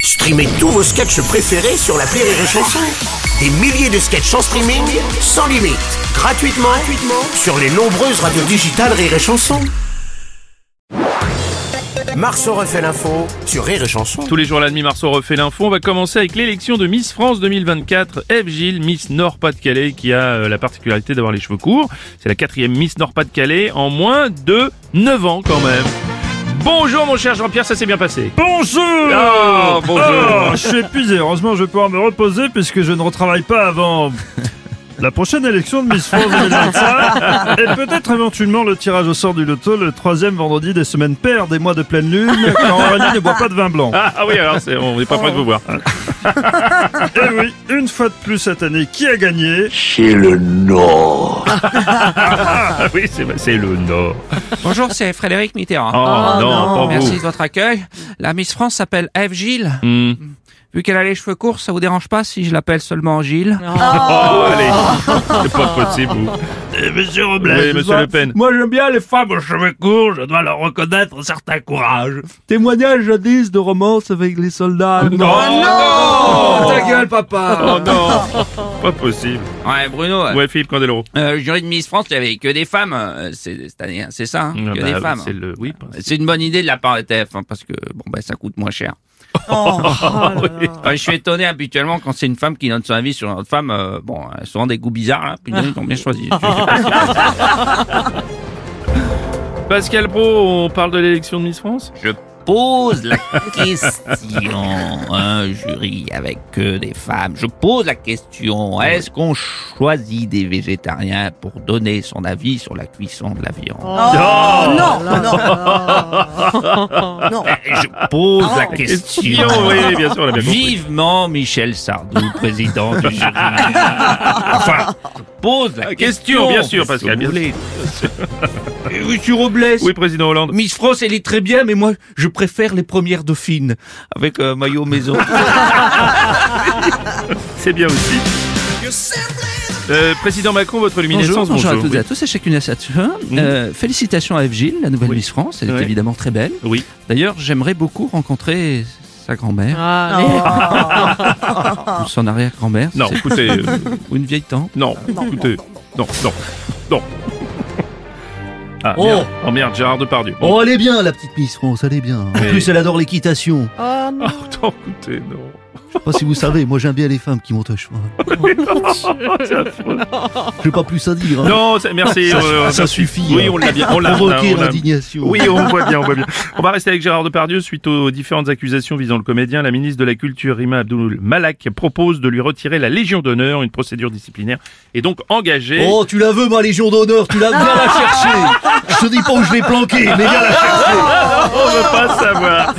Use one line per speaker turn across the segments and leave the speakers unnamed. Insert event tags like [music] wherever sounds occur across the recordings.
Streamez tous vos sketchs préférés sur la Rire et Chanson. Des milliers de sketchs en streaming, sans limite, gratuitement, gratuitement sur les nombreuses radios digitales Rire et Chanson. Marceau refait l'info sur Rire et Chanson.
Tous les jours à la demi, Marceau refait l'info. On va commencer avec l'élection de Miss France 2024. Eve Gilles, Miss Nord-Pas-de-Calais, qui a euh, la particularité d'avoir les cheveux courts. C'est la quatrième Miss Nord-Pas-de-Calais en moins de 9 ans quand même. Bonjour mon cher Jean-Pierre, ça s'est bien passé.
Bonjour
Oh, bonjour.
Ah, Je suis épuisé, heureusement je vais pouvoir me reposer puisque je ne retravaille pas avant... La prochaine élection de Miss France 2025 et peut-être éventuellement le tirage au sort du loto le troisième vendredi des semaines paires des mois de pleine lune quand Aurélie ne boit pas de vin blanc.
[laughs] Ah, ah oui, alors c'est- on n'est pas prêt de vous voir.
Et oui, une fois de plus cette année, qui a gagné
Chez le Nord.
Ah oui, c'est c'est le Nord.
Bonjour, c'est Frédéric Mitterrand.
Oh, non, pas
Merci
vous.
de votre accueil. La Miss France s'appelle Eve Gilles.
Hmm.
Vu qu'elle a les cheveux courts, ça vous dérange pas si je l'appelle seulement Gilles
Oh, allez, c'est pas possible. vous.
Monsieur
Oui, monsieur Le Pen.
Moi j'aime bien les femmes aux cheveux courts, je dois leur reconnaître un certain courage. Témoignage jadis de romance avec les soldats.
Oh, non
Ta gueule, papa
Oh non Pas possible.
Ouais, Bruno, euh,
Ouais, Philippe Candeloro.
euh, jury de Miss France, il y avait que des femmes euh, c'est- cette année, hein, c'est ça hein,
Ah
Que
bah,
des femmes.
C'est le... Oui, parce-
C'est une bonne idée de la part de TF, hein, parce que bon, bah, ça coûte moins cher. Oh. [laughs] Ouais, je suis étonné habituellement quand c'est une femme qui donne son avis sur une autre femme. euh, bon, euh, souvent des goûts bizarres, là, puis ils ont bien choisi. [laughs]
Pascal Pro, on parle de l'élection de Miss France
Je pose la [laughs] question, un jury avec que des femmes. Je pose la question, est-ce qu'on choisit des végétariens pour donner son avis sur la cuisson de la viande
Oh,
Je pose la question.
Oh. oui, bien sûr, on l'a bien compris.
Vivement Michel Sardou,
[laughs]
président du jury. Enfin, je pose la
Ah, question,
question.
bien sûr,
parce que
Pascal,
vous
bien
voulez. Eh, Monsieur Robles,
Oui, président Hollande.
Miss France, elle est très bien, mais moi, je préfère les premières dauphines avec un
[laughs]
maillot maison.
C'est bien aussi. Euh, président Macron, votre luminescence, bonjour. Mm.
bonjour à toutes et à tous, à chacune et à chacun. Euh, félicitations à Eve Gilles, la nouvelle Miss France, elle
Ouais.
est évidemment très belle.
Oui.
D'ailleurs, j'aimerais beaucoup rencontrer sa grand-mère, [laughs] ou son arrière-grand-mère,
Non,
c'est-
écoutez, euh,
ou une vieille tante.
non, écoutez, non, non, non. Ah, merde. Oh merde, Gérard Depardieu. Bon,
Oh, elle est bien, la petite Miss France, elle est bien. En
Oui.
plus, elle adore l'équitation.
attends, [laughs] écoutez, non.
Je sais pas si vous savez, moi j'aime bien les femmes qui montent
[laughs]
à cheval. J'ai pas plus à dire. hein.
Non, c'est- merci.
Ça-
euh,
ça
merci.
suffit,
Oui,
hein.
on l'a bien, on l'a
Provoquer
on l'a-
l'indignation.
Oui, on voit bien, on voit bien. On va rester avec Gérard Depardieu. Suite aux différentes accusations visant le comédien, la ministre de la Culture, Rima Abdul Malak, propose de lui retirer la Légion d'honneur, une procédure disciplinaire, et donc engagée.
Oh, tu la veux, ma Légion d'honneur, tu la viens la chercher. Je te dis pas où je l'ai planquée, mais viens
Ah,
la chercher.
On veut pas savoir.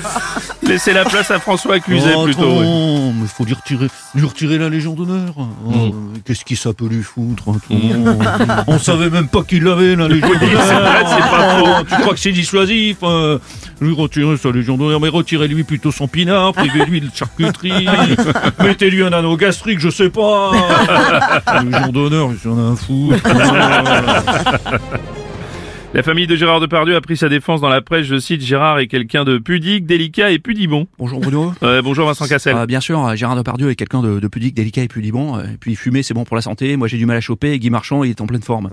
Laissez la place à François Cluzet
Oh,
plutôt. oui.
attends, mais faut lui retirer, lui retirer la Légion d'honneur. Oh,
Mm.
Qu'est-ce qu'il ça peut lui foutre hein, attends. On savait même pas qu'il l'avait, la Légion
C'est
d'honneur.
vrai, c'est pas faux.
Oh, tu crois que c'est dissuasif euh, Lui retirer sa légion d'honneur, mais retirez-lui plutôt son pinard, privez-lui de charcuterie, mettez-lui un anneau gastrique, je sais pas. légion d'honneur, il en a un fou.
La famille de Gérard Depardieu a pris sa défense dans la presse. Je cite Gérard est quelqu'un de pudique, délicat et pudibon. [laughs]
Bonjour Bruno.
Euh, bonjour Vincent Cassel.
Euh, bien sûr, euh, Gérard Depardieu est quelqu'un de, de pudique, délicat et pudibon. euh, Et puis fumer, c'est bon pour la santé. Moi, j'ai du mal à choper. Et Guy Marchand, il est en pleine forme.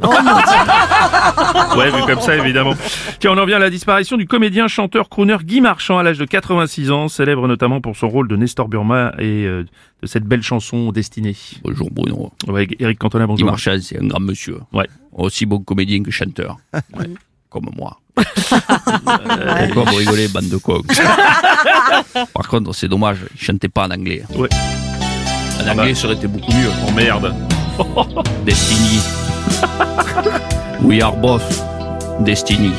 Ouais, vu comme ça, évidemment. Tiens, on en vient à la disparition du comédien, chanteur, crooner Guy Marchand à l'âge de 86 ans, célèbre notamment pour son rôle de Nestor Burma et euh, de cette belle chanson destinée.
Bonjour Bruno.
Ouais, Eric Cantona,
Guy
bonjour.
Marchand, c'est un grand monsieur.
Ouais.
Aussi bon comédien que chanteur. Comme moi. Euh, Pourquoi vous rigolez, bande de cons Par contre, c'est dommage, il chantait pas en anglais.
Ouais. Ah bah.
En anglais, ça aurait été beaucoup mieux.
Oh merde.
Destiny. We are both Destiny.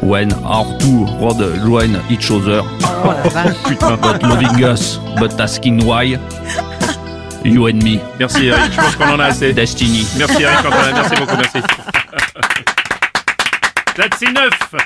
when our two roads join each other,
Putain.
[laughs] but loving us, but asking why, you and me,
Merci Eric, je pense qu'on en a assez.
Destiny.
Merci Eric Cantona, merci [laughs] beaucoup, merci. That's enough.